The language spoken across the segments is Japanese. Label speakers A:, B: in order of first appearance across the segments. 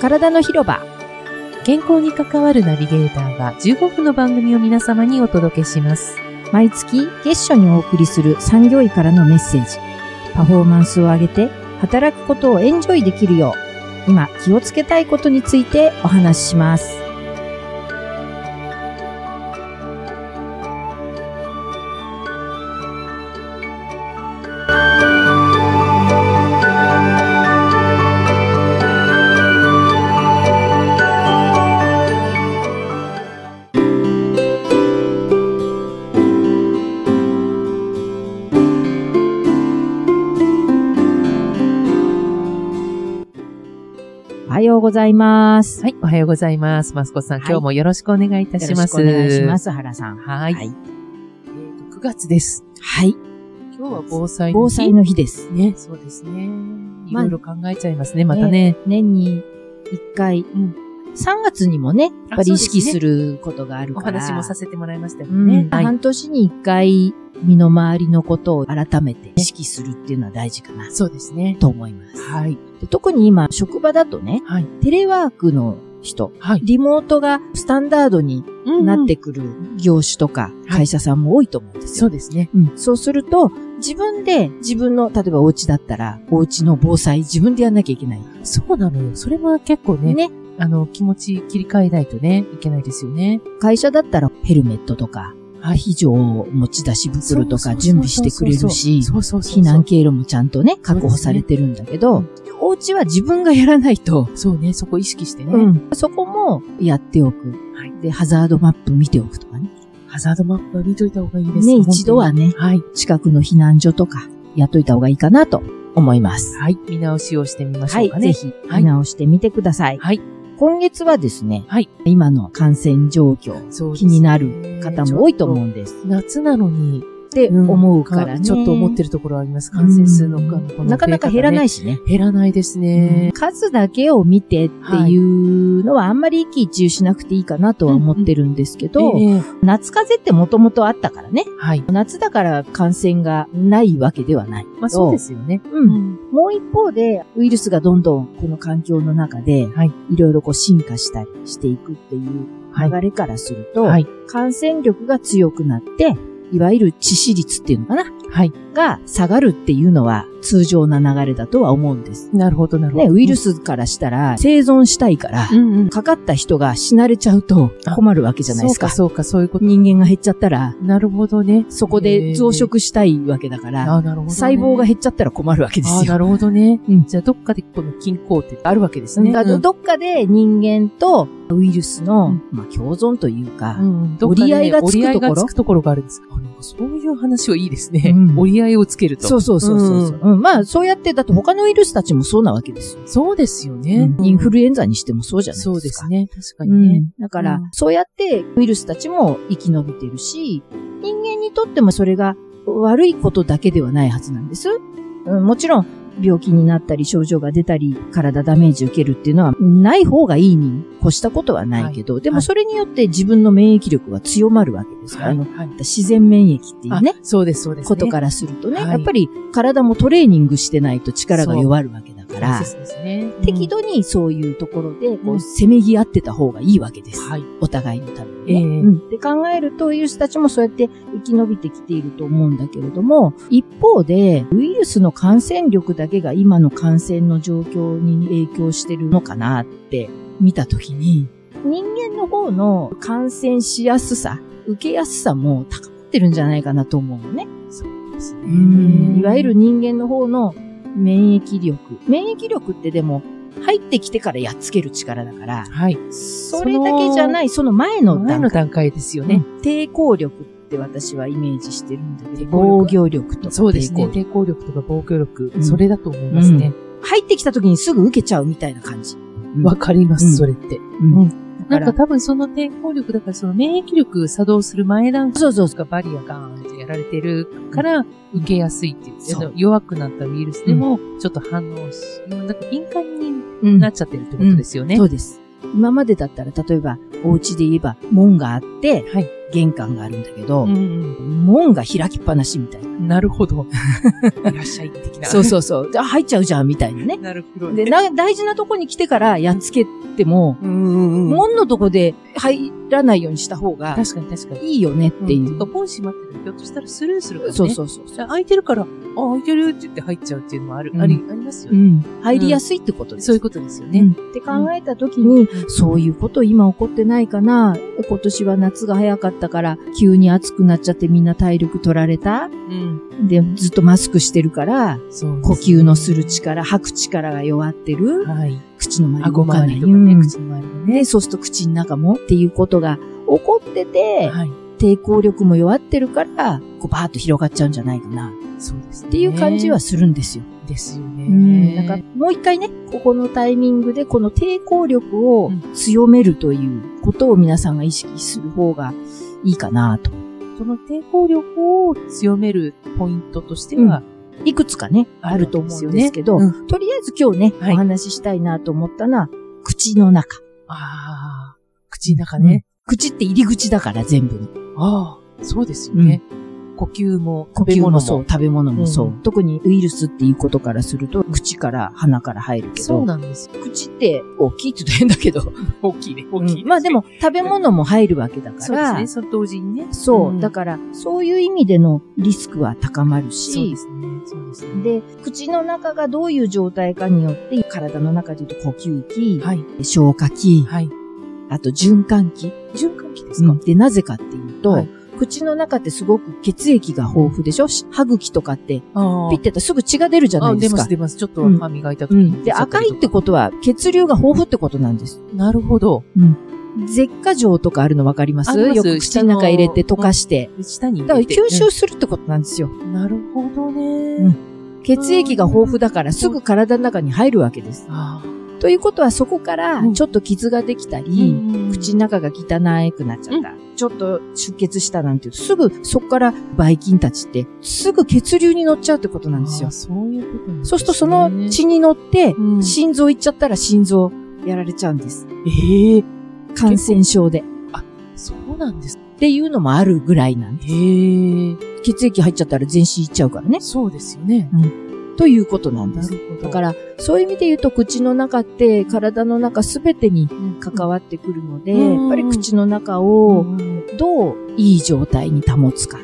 A: 体の広場
B: 健康に関わるナビゲーターが15分の番組を皆様にお届けします。
C: 毎月月初にお送りする産業医からのメッセージ。パフォーマンスを上げて働くことをエンジョイできるよう、今気をつけたいことについてお話しします。おはようございます。
B: はい、おはようございます。マスコさん、
C: はい
B: 今日もよろしくお願いいたします。
C: よろしくお願いしま。す、原さん。
B: はい。
C: はい
B: えーと9月です。
C: はい。
B: 今日は防災の日
C: 防災の日です。
B: ね、そうですね。い
C: まあ
B: ろいろ考えちゃいますね、またね。
C: 年に一回、
B: ん
C: 3月にもね、やっぱり
B: あそうで
C: 意
B: すね
C: 識することがある
B: お
C: から。
B: 話もさせてもらいましたよ
C: うん
B: ね。はい
C: 半年に一回、身の回りのことを改めて意識するっていうのは大事かな、
B: そうですね。
C: と思います。
B: はい。
C: で特に今、職場だとね、
B: はい。
C: テレワークの人、
B: はい。
C: リモートがスタンダードになってくる業種とか
B: い
C: 会社さんも多いと思うんです
B: そ
C: よ。
B: うですね。
C: うんそうすると、自分で自分の、例えばお家だったら、お家の防災自分でやんなきゃいけない。
B: そうなのよ。それは結構ね、
C: ね。
B: あの、気持ち切り替えないとね、いけないですよね。
C: 会社だったらヘルメットとか、
B: は。
C: 非常持ち出し袋と
B: そうそうそうそ
C: か
B: う
C: 準備してくれるし、
B: そうそうそうそう。
C: 避難経路もちゃんとね、確保されてるんだけど、お家は自分がやらないと、
B: そうね、そこ意識してね。
C: うんそこもやっておく。
B: はい
C: で、ハザードマップ見ておくとかね。
B: ハザードマップは見といた方がいいです
C: ね、一度は
B: ね。
C: ね、
B: はい。
C: 近くの避難所とか、やっといた方がいいかなと思います。
B: はい。見直しをしてみまし
C: は
B: ょう
C: い、
B: か
C: ぜ
B: ね。
C: ひ、
B: はい
C: 見直してみてください。
B: はい
C: 今月はですね、
B: はい
C: 今の感染状況、
B: そうです
C: 気
B: ね
C: になる方も多いと思うんです。
B: 夏なのに、
C: って思うからね。
B: ちょっと思って
C: る。
B: るところあります。感染数のこの。
C: なかなか減らないいしね。
B: 減らないですね。
C: 数だけを見てっていうのはあんまり一喜一憂しなくていいかなとは思ってるんですけど、
B: ええ
C: 夏風邪ってもともとあったからね。
B: はい。
C: 夏だから感染がないわけではない。
B: まあそうですよね。
C: うん。もう一方で、ウイルスがどんどんこの環境の中で、
B: はい
C: い。ろいろこう進化したりしていくっていう
B: はい
C: 流れからすると、
B: はい
C: 感染力が強くなって、いわゆる致死率っていうのかな
B: はい。
C: が下がるっていうのは通常な流れだとは思うんです。
B: なるほど、なるほ
C: ね、
B: ど。
C: ウイルスからしたら生存したいから、
B: うんうん。
C: かかった人が死なれちゃうと困るわけじゃないですか。
B: そうか、そうか、そういうこと。
C: 人間が減っちゃったら、
B: なるほどね。
C: そこで増殖したいわけだから、
B: ああ、なるほどね。
C: 細胞が減っちゃったら困るわけで
B: ああ、
C: すよ。
B: なるほどね。
C: うん
B: じゃあ、どっかでこの均衡ってあるわけですね。
C: だから
B: うん
C: どっかで人間とウイルスの、
B: うん
C: まあ、共存というか、
B: うんどっかにね
C: 折り合いがつくところ
B: 折り合いがつくところがあるんです。あなんかそういう話はいいですね。
C: うん
B: 折り合いをつけると。
C: そうそうそうそうそう、うんまあ、そうやって、だって他のウイルスたちもそうなわけですよ。
B: そうですよね。
C: うんインフ
B: ル
C: ルエンザにしてもそうじゃないですか。
B: そうですね。確か
C: う
B: にね。
C: ん、だから、
B: うん
C: そうやってウイルスたちも生き延びてるし、人間にとってもそれが悪いことだけではないはずなんです。うん、もちろん、病気になったり症状が出たり、体ダメージ受けるっていうのは、ない方がいいに越したことはないけど、で
B: は
C: も
B: い
C: それによって自分の免疫力は強まるわけですから、あの、
B: はい
C: 自然免疫っていう
B: あ
C: ね、
B: そうです、そうです、ね。
C: ことからするとね、
B: はい
C: やっぱり体もトレーニングしてないと力が弱るわけだか
B: 大
C: ら、
B: 切ですね。
C: 適度にそういうところで、こ
B: うん
C: う、せめぎ合ってた方がいいわけです。
B: はい。
C: お互いのためにね。
B: ええ
C: うん、で考えると、ウイルスたちもそうやって生き延びてきていると思うんだけれども、一方で、ウイルスの感染力だけが今の感染の状況に影響してるのかなって見たときに、人間の方の感染しやすさ、受けやすさも高まってるんじゃないかなと思うのね。
B: ですね
C: いわゆる、人間の方の免疫力。免疫力ってでも、入ってきてからやっつける力だから、
B: はい。
C: それだけじゃない、その前の
B: 前
C: 段
B: の
C: 階。
B: 段階ですよ
C: ね
B: ね。、
C: 抵抗力って私はイメージしてるんだけ
B: 抵
C: ど、
B: 抗力
C: 防御力とか
B: そうですね。
C: 抵抗力
B: 抵抗力とか防御力、
C: うん
B: それだと思いますね。
C: 入ってきた時にすぐ受けちゃうみたいな感じ。うん
B: わ、かります、
C: うん
B: それって。
C: うんだ
B: なん
C: か
B: から多分その抵抗力だからその免疫力作動する前段階
C: そうそうそ
B: がバリアがーンってやられてるから受けやすいっていう、
C: そう
B: 弱くなったウイルスでもちょっと反応し、なんか敏感に
C: う。うん
B: なっちゃってるってことですよね。
C: そうです。今までだったら、例えば、お家で言えば、門があって、
B: はい
C: 玄関があるんだけど、
B: うん
C: 門が開きっぱなしみたいな。
B: うん。なる ほど。いらっしゃい的な。
C: そうそうそう。であ、入っちゃうじゃん、みたいなね。
B: なるほどね。
C: で、な、大事なとこに来てからやっつけても、
B: うんうんうん。
C: 門のとこで入らないようにした方が
B: 確かに確かに。
C: いいよねっていう。
B: ポン閉まってるひょっとしたらスルーするからね。
C: そうそうそう。
B: じゃあ空いてるから、あ、空いてるって言って入っちゃうっていうのもある、
C: うん
B: あり、ありますよ
C: う
B: ね。
C: ん。入りやすいってことです
B: そういうことですよ
C: ね、
B: ね。
C: って考えたときに、そういうこと今起こってないかな今年は夏が早かったから、急に暑くなっちゃってみんな体力取られた
B: うん。
C: で、ずっとマスクしてるから、
B: そうです
C: 呼吸のする。力、吐く力が弱ってる。
B: はい。
C: 口の周り動
B: 顎
C: かな
B: 周
C: い。
B: りとかね、
C: うん
B: 口の周りもね。
C: ね、そうすると口の中もっていうことが起こってて、
B: はい。
C: 抵抗力も弱ってるから、こうバーッと広がっちゃうんじゃないかな
B: そうですね。
C: っていう感じはするんですよ。
B: ですよ
C: うん。
B: ね。
C: なんか、もう一回ね、ここのタイミングでこの抵抗力を
B: うん
C: 強めるということを皆さんが意識する方がいいかなと。
B: その抵抗力を強めるポイントとしては、
C: いくつかね、あると思うんですけど、
B: うん
C: とりあえず今日ね、
B: はい
C: お話ししたいなと思ったのは、口の中。
B: ああ、口の中ね。
C: 口って入り口だから全部に。
B: ああ、そうですよね。呼吸も、
C: 呼
B: 食べ
C: 吸
B: 物
C: も
B: も。
C: そう、食べ物もそう。
B: うん
C: 特にウイルスっていうことからすると、口から鼻から入るけ
B: そう
C: ど、
B: なんですよ。
C: 口って大きいって言うと変だけど、
B: 大きいね、
C: う
B: 大きい。
C: んまあで、も食べ物も入るわけだから、
B: そうですね、その同時にね。
C: そう。
B: うん
C: だから、そういう意味でのリスクは高まる
B: そう
C: し
B: で、すね、そうですね。
C: で、口の中がどういう状態かによって、体の中で言うと呼吸器、
B: はい、
C: 消化器、
B: はい。
C: あと循環器。
B: 循環器で
C: です
B: か、
C: なぜかっていうと、
B: はい
C: 口の中ってすごく血液が豊富でしょし歯茎とかって、
B: ああ
C: ピッてやったらすぐ血が出るじゃない
B: あ、
C: で
B: 出
C: す
B: ま
C: か
B: す、。出ます。ちょっと
C: うん
B: 歯磨いた
C: う
B: 時
C: ん。
B: に
C: で、
B: 出ちゃった
C: 赤
B: りと
C: いってことは血流が豊富ってことなんです。
B: なるほど。
C: 舌下状とかあるの分かります
B: あります
C: よく口の中入れて溶かして。
B: で下に
C: だから
B: 入れて。
C: 吸収するってことなんですよ。
B: うん、なるほどね。
C: う血液が豊富だからすぐ体の中に入るわけです。
B: ああ、
C: ということはそこから
B: うん
C: ちょっと傷ができた
B: い
C: り、口の中が汚くなっちゃった。ちょっと出血したなんていうと、すぐそこからばい菌たちって、すぐ血流に乗っちゃうってことなんですよ。
B: そういうことなんですね
C: そうするとその血に乗って、
B: うん
C: 心臓行っちゃったら心臓やられちゃうんです。
B: ええ
C: 感染症で。
B: そうなんです。
C: っていうのもあるぐらいなんで。
B: ええ
C: 血液入っちゃったら全身行っちゃうからね。
B: そうですよね。
C: ということなんで
B: な
C: す。
B: るほど。、
C: だからら、そういう意味で言うと、口の中って体の中すべてに関
B: わ
C: わってくるので、
B: うん
C: やっぱり口の中
B: る
C: をどういい状態に保つか、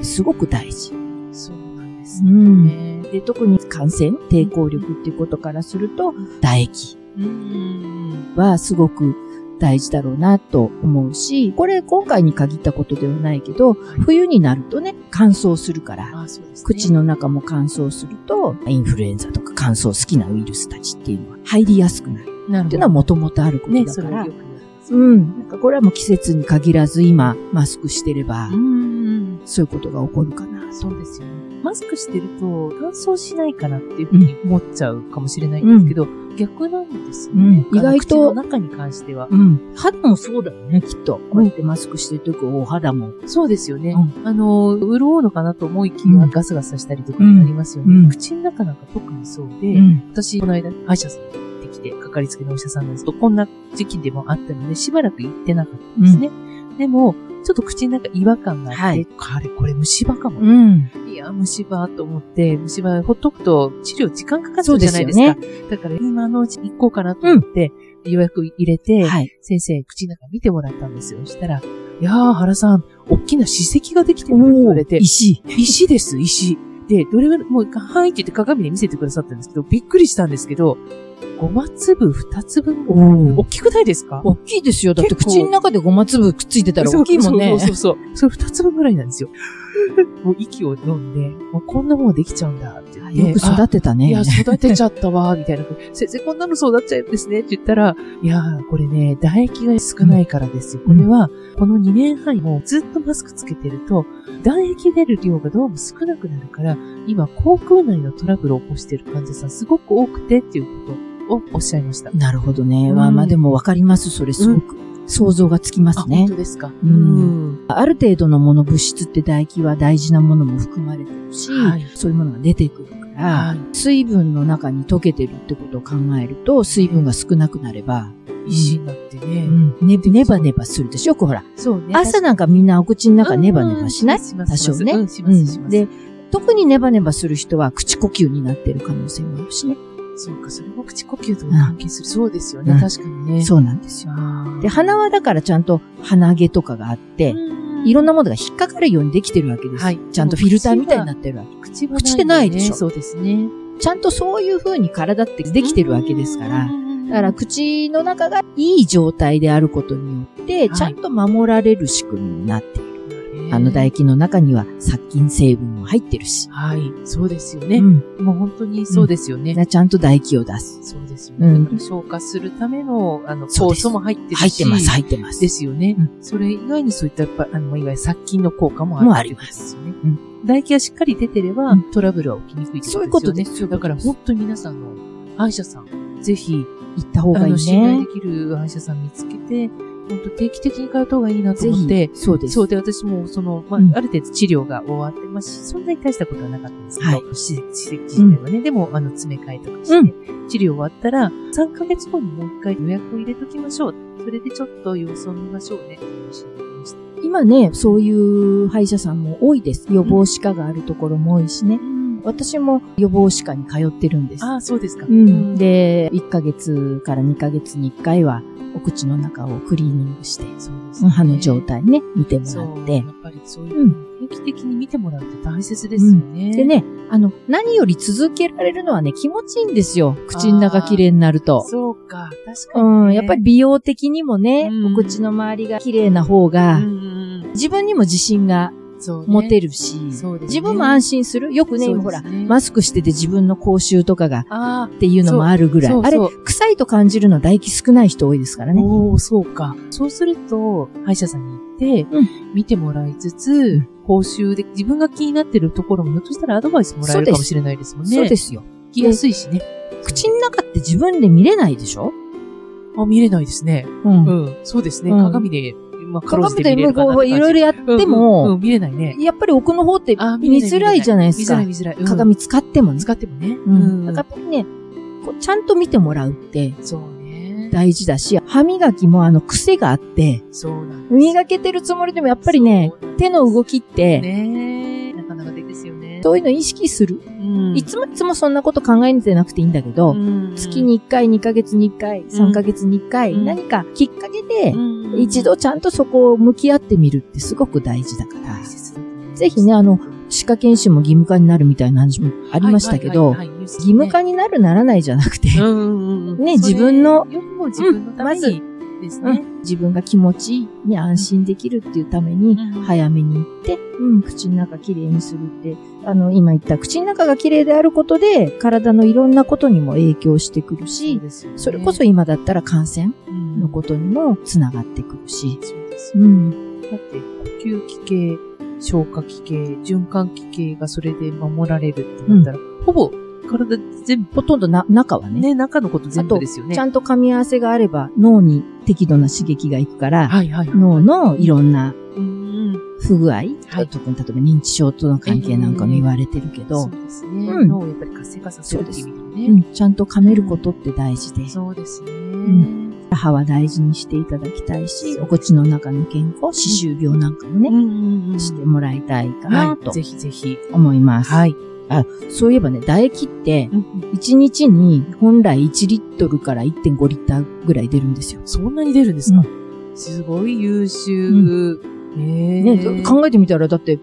C: すごく大事。
B: そうなんです
C: ん。
B: ね。
C: で、特に感染、抵抗力っていうことからすると、唾液
B: うん。
C: はすごく大事だろうなと思うし、これ今回に限ったことではないけど、冬になるとね、乾燥するから、
B: ああ、そうですね。
C: 口の中も乾燥すると、インフルエンザとか乾燥好きなウイルスたちっていうのは入りやすくなる。
B: なる
C: っていうのはもともとあること
B: ね、
C: だ
B: そ
C: か
B: れ
C: ら。
B: はよく言われます
C: うん。なんかこれはもう季節に限らず今、マスクしてれば、
B: うん。
C: そういうことが起こるかな。
B: そうですよね。マスクしてると乾燥しないかなっていうふうに思っちゃうかもしれないんですけど、逆なんですよね。
C: うん意外と
B: 口の中に関しては。
C: うん。肌もそうだよね、きっと。こうやってマスクしてるとき、お肌も。
B: そうですよね。
C: う
B: あの、潤うのかなと思いき
C: う
B: や
C: ん
B: ガサガサしたりとかになりますよね。
C: うん
B: 口の中なんか特にそうで、
C: ん。
B: 私、この間、歯医者さんに行ってきて、かかりつけのお医者さんなんですと、こんな時期でもあったので、しばらく行ってなかったんですね。でも、ちょっと口の中違和感があって、
C: はい
B: あれ、これ虫歯かも。
C: うん。
B: いや、虫歯と思って、虫歯ほっとくと治療時間かかっちゃうじゃないです
C: そう
B: か。だから今のうちに行こうかなと思って、予約入れて、
C: はい。
B: 先生、口の中見てもらったんですよ。したら、いやー、原さん、大きな歯石ができてるって言われて、
C: 石。
B: 石です、石。で、どれぐらい、もう、はいって言って鏡で見せてくださったんですけど、びっくりしたんですけど、ごま粒二粒分、
C: お
B: 大きくないですか
C: 大きいですよ。だって
B: 結構
C: 口の中でごま粒くっついてたら大きいもんね。
B: そうそうそうそう。それ二粒ぐらいなんですよ。もう息を飲んで、もうこんなもんできちゃうんだって言って。
C: よく育てた
B: あいや、
C: ね。
B: 育てちゃったわ、み たいな。先生、こんなの育っちゃうんですねって言ったら、いやー、これね、唾液が少ないからですよ。
C: う
B: こ
C: ん
B: れは、この2年半もずっとマスクつけてると、唾液出る量がどうも少なくなるから、今、口腔内のトラブルを起こしてる患者さんすごく多くてっていうことをおっしゃいました。
C: なるほどね。
B: うん
C: まあまあでもわかります。それすごく。想像がつきま
B: あ、
C: すね
B: 本。当ですか。
C: う
B: うんん。
C: ある程度のもの、物質って唾液は大事なものも含まれてるし、
B: はい
C: そういうものが出てくるから、
B: は
C: 水分の中に溶けてるってことを考えると、水分が少なくなれば、
B: 石になってね。
C: うんね、ネバネバするでしょよくほら。
B: そうね。
C: 朝なんかみんなお口の中ネバネバしない
B: うんします
C: 多少ね。
B: うんしますします
C: で、特にネバネバする人は口呼吸になってる可能性もあるしね。
B: そうか、それも口呼吸とも関係する。そうですよね
C: う。ん
B: 確かにね。
C: そうなんですよ。
B: う
C: で、鼻はだからちゃんと鼻毛とかがあって、いろんなものが引っかかるようにできてるわけです。
B: はい
C: ちゃんとフィルターみたいになってるわけ。
B: 口は
C: 口でないでしょ
B: そうですね。
C: ちゃんとそういう風に体ってできてるわけですから。だから口の中がいい状態であることによって、
B: はい
C: ちゃんと守られる仕組みになっている。あの唾
B: 大
C: 液の中には殺菌成分も入ってるし。
B: はい。そうですよね。
C: うん
B: もう本当にそうですよね。
C: なちゃんと唾液を出す。
B: そうですよ
C: う
B: ね。
C: ん
B: だから消化するための、あの、
C: そう
B: 酵
C: です
B: 素も入ってるし。
C: 入ってます、入ってます。
B: ですよね
C: う。
B: それ以外にそういった、やっぱ、あの、いわゆる殺菌の効果もある。
C: もあります。うん
B: 唾液がしっかり出てれば
C: う、
B: トラブルは起きにくいって
C: そういうことです
B: よ
C: そういう
B: ね。だ
C: こと
B: から
C: です
B: 本当に皆さんの歯医者さん、ぜひ、
C: 行った方が
B: あ
C: い
B: の、
C: い
B: 信頼
C: ね
B: で。きる歯医者さん見つけて、本当定期的に通った方がいいなと
C: ぜ
B: 思って
C: ひ、、そうです。
B: そうで、私も、その、まあ
C: うん、
B: ある程度治療が終わってますし、そんなに大したことはなかったんですけ
C: はい
B: ど、歯石歯石自体はね、でも、あの、詰め替えとかして、治療終わったら、3ヶ月後にもう一回予約を入れときましょう。それでちょっと様子を見ましょうね、っていう話になりました。
C: 今ね、そういう歯医者さんも多いです。予防歯科があるところも多いしね。私も予防歯科に通ってるんです。
B: ああ、そうですか。
C: うん、で、1ヶ月から2ヶ月に1回は、お口の中をクリーニングして、
B: そうですね
C: 歯の状態ね、見ても
B: そう、
C: らっ
B: や
C: て。。
B: っぱりそういううん定期的に見てもらうって大切ですよね。
C: でね、あの、何より続けられるのはね、気持ちいいんですよ。口の中綺麗になると。
B: そうか、確かにね。
C: うん、やっぱり美容的にもね、
B: うん
C: お口の周りが綺麗な方が、
B: うんうんうん、
C: 自分にも自信が
B: そうね、
C: 持てるし、
B: そうですね
C: 自分も安心する。よくね、
B: そうですね
C: 今ほら、マスクしてて自分の口臭とかが、
B: あ
C: っ
B: あ、
C: ていうのもあるぐらい。
B: そう
C: あれ
B: そう、
C: 臭いと感じるの唾液少ない人多いですからね。
B: おお、そうか。そうすると、歯医者さんに行って、
C: う
B: 見てもらいつつ、報酬で自分が気になってるところも、ひょっとしたらアドバイスもらえ
C: そう
B: る
C: です
B: かもしれないですもんね。。
C: そうですすよ。
B: きやすいしね。
C: 口の中って自分で見れないでしょ
B: あ、見れないですね。
C: う。
B: うんん。そうですね。
C: うん
B: 鏡で、まあ、かろう
C: 鏡
B: じ
C: で
B: て見れ
C: も
B: るかな
C: こ
B: っ
C: う
B: て
C: い
B: 感じ
C: ろいろやって
B: うんうん
C: も、
B: 見れないね。
C: やっぱり奥の方って
B: あ
C: 見づらいじゃないですか
B: 見。づらい、見づらい。うん
C: 鏡使ってもね。
B: 使ってもね。
C: うん。だ
B: だ
C: か
B: から
C: やっぱりね、こうちゃんと見てもらうって
B: らそうね。
C: 大事だし、歯磨きもあの癖があって、
B: そうなんです。やっ
C: 磨けてるつもりでもやっぱりね、、手の動きって、
B: ねえなかなかでですよね。
C: そういうの意識する。
B: うん
C: いつもいつもそんなこと考えてなくていいんだけど、
B: うん
C: 月に1回、2ヶ月に1回、3ヶ月に1回、
B: うん
C: 何かきっかけで、
B: うん
C: 一度ちゃんとそこを向き合ってみるってすごく大事だから
B: 大、切だね
C: ぜひねあの、歯科検診も義務化になるみたいな話もありましたけど、
B: はい
C: 義
B: はいはいはいニュースね
C: 務化になるならないじゃなくて、
B: うんうんうん
C: ね
B: それ
C: 自分の
B: よりも自分のため
C: うんまず
B: にですね。
C: 自分が気持ちいいに安心できるっていうために、
B: うん
C: 早めに行って、うん、口の中きれいにするって、あの、今言った口の中がきれいであることで、体のいろんなことにも影響してくるし、それこそ今だったら感染の
B: 残
C: ことにもつながってくるし、
B: そうです
C: う
B: よね
C: ん、
B: だって、呼吸器系、消化器系、循環器系がそれで守られるってなったら、ほぼ体全部、
C: ほとんどな、中はね、
B: ね、中のこと全部ですよね。
C: ちゃんと噛み合わせがあれば、脳に適度な刺激がいくから、
B: はいはいはい。
C: 脳のいろんな
B: うんうん
C: 不具合、
B: はい
C: 特に例えば認知症との関係なんかも言われてるけ
B: そ
C: ど
B: う、ですね。
C: うん
B: 脳をやっぱり活性化させるっていう意味でもね。
C: うん、ちゃんと噛めることって大事で、
B: そうですね。
C: ん歯は大事にしていただきたいし、お口の中の健康、歯周病なんかもね、
B: んん
C: してもらいたいかな
B: はい
C: と
B: ぜひぜひ。
C: 思います。
B: はい。
C: そういえばね、唾液って、1日に本来1リットルから1.5リッターぐらい出るんですよ。
B: そんなに出るんですか、すごい優秀。ええ
C: ね、考えてみたら、だって、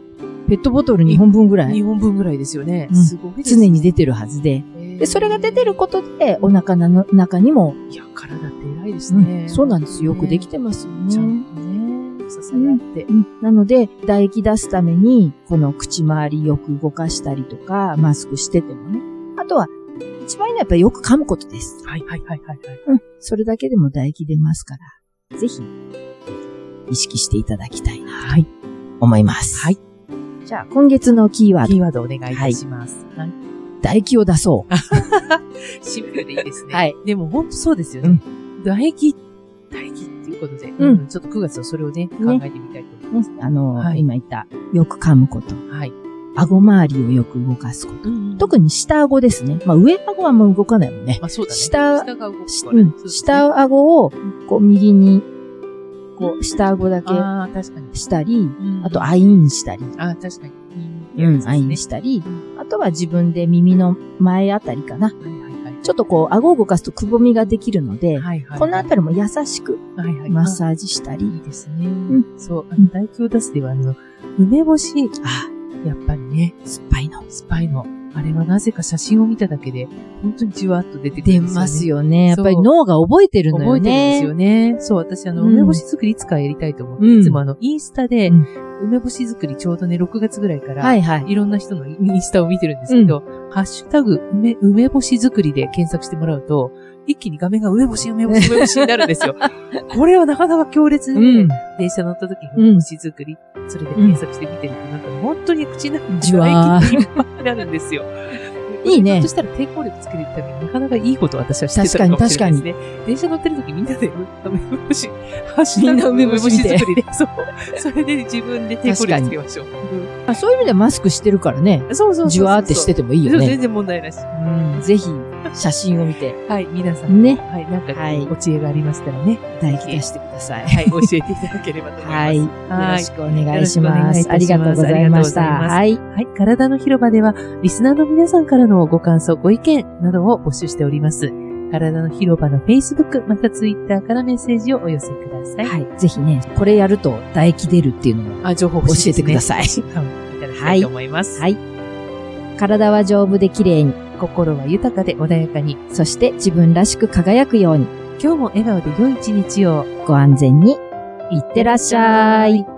C: ペットボトル2本分ぐらい
B: 日本分ぐらいですよね。
C: うん
B: すごいです
C: 常に出てるはずで、で、それが出てることで、お腹の中にも、
B: いや、体って偉いですね。
C: うんそうなんです。よくできてますよ
B: ね
C: ね。
B: ちゃんとね、支え合って。
C: うんなので、唾液出すために、この口周りよく動かしたりとか、マスクしててもね。あとは、一番いいのはやっぱりよく噛むことです。
B: はいはいはいはいはい。
C: うん。それだけでも唾液出ますから、ぜひ、意識していただきたいな、
B: はい。
C: 思います。
B: はい。
C: じゃあ、今月のキーワー
B: キ
C: ド、
B: ーワードお願いいたします。はい。
C: 唾液を出そう。
B: シンプルでいいですね。
C: はい。
B: でも本当そうですよね。
C: う
B: 唾液、唾液っていうことで、
C: うん
B: うんちょっと9月はそれをね、考えてみたいと思います。
C: ね、あの、
B: はい
C: 今言った、よく噛むこと。
B: はい。
C: 顎周りをよく動かすこと。
B: うん
C: 特に下顎ですね。まあ上顎はもう動かないもんね。
B: まあそうだね。
C: 下
B: が動く
C: し
B: からね
C: うん、下顎を、こう右に、こう下顎だけ
B: ああ、確かに。
C: したり、
B: うん
C: あと、アインしたり、
B: ああ、確かに。
C: うん、アイン
B: し
C: したり
B: う、ん
C: あとは自分で耳の前あたりかな。
B: はいはいはい。
C: ちょっとこう、顎を動かすとくぼみができるので、
B: はいはい。
C: このあたりも優しく
B: はいはい。
C: マッサージした
B: い
C: り、
B: いですね。
C: ん
B: そう、あの、大京ダスでは、あの、梅干し、
C: あ、
B: やっぱりね、
C: 酸っぱいの。
B: スパイの、あれはなぜか写真を見ただけで、本当にじわっと出てく
C: 出
B: るんですよ、ね。
C: ますよね。やっぱり
B: そう
C: 脳が覚えてるの
B: 覚
C: よ
B: えてるんで
C: ね。
B: すよね。そう、私、あの、
C: うん
B: 梅干し作りいつかやりたいと思って、
C: うん
B: いつもあの、インスタで、
C: うん
B: 梅干し作りちょうどね、6月ぐらいから、、
C: はいいはい。
B: ろんな人のインスタを見てるんですけど、ハッシュタグ、梅、梅干し作りで検索してもらうと、一気に画面が梅干し、梅干し、梅干しになるんですよ。これはなかなか強烈で、
C: うん。
B: 電車乗った時に
C: うん
B: 梅干し作り、それで検索して見てると、なんか本当に口の中
C: じわ
B: 唾液いっぱいになるんですよ。
C: いいね
B: ひょっとしたら抵抗力つけるためになかなかいいことを私はしてた
C: 確
B: の
C: か
B: か
C: に
B: もしれないですね。電車乗ってる時みんなで梅干し、ハッシュタグ
C: みんな梅干し見て
B: 梅作りで、そう。それで自分で抵抗力つけましょう。うん
C: あそういう意味ではマスクしてるからね、
B: そうそうそうそう。
C: じわーってしててもいい
B: そ
C: よ
B: う
C: ね
B: 全。然問題ないし。
C: うん、ぜひ、写真を見て、
B: はい、皆さん。
C: ね、
B: はい、なんか、
C: はい
B: お知恵がありましたらね。
C: 唾液出してください。
B: はい、教えていただければと思います。
C: はい。よろしくお願いしま
B: よろし
C: す。あ
B: くお願い
C: り
B: いたします
C: がとうございました。
B: ありがとうございます
C: はい。
B: はい、体の広場では、リスナーの皆さんからのご感想、ご意見などを募集しております。体の広場の Facebook、また Twitter からメッセージをお寄せください。
C: はい。ぜひね、これやると唾液出るっていうのも
B: あ、情報
C: 教えてください。
B: い。はい、いただきたいと思います。
C: はい。体は丈夫で綺麗に、
B: 心は豊かで穏やかに、
C: そして自分らしく輝くように、
B: 今日も笑顔で良い一日を。
C: ご安全に、いってらっしゃい。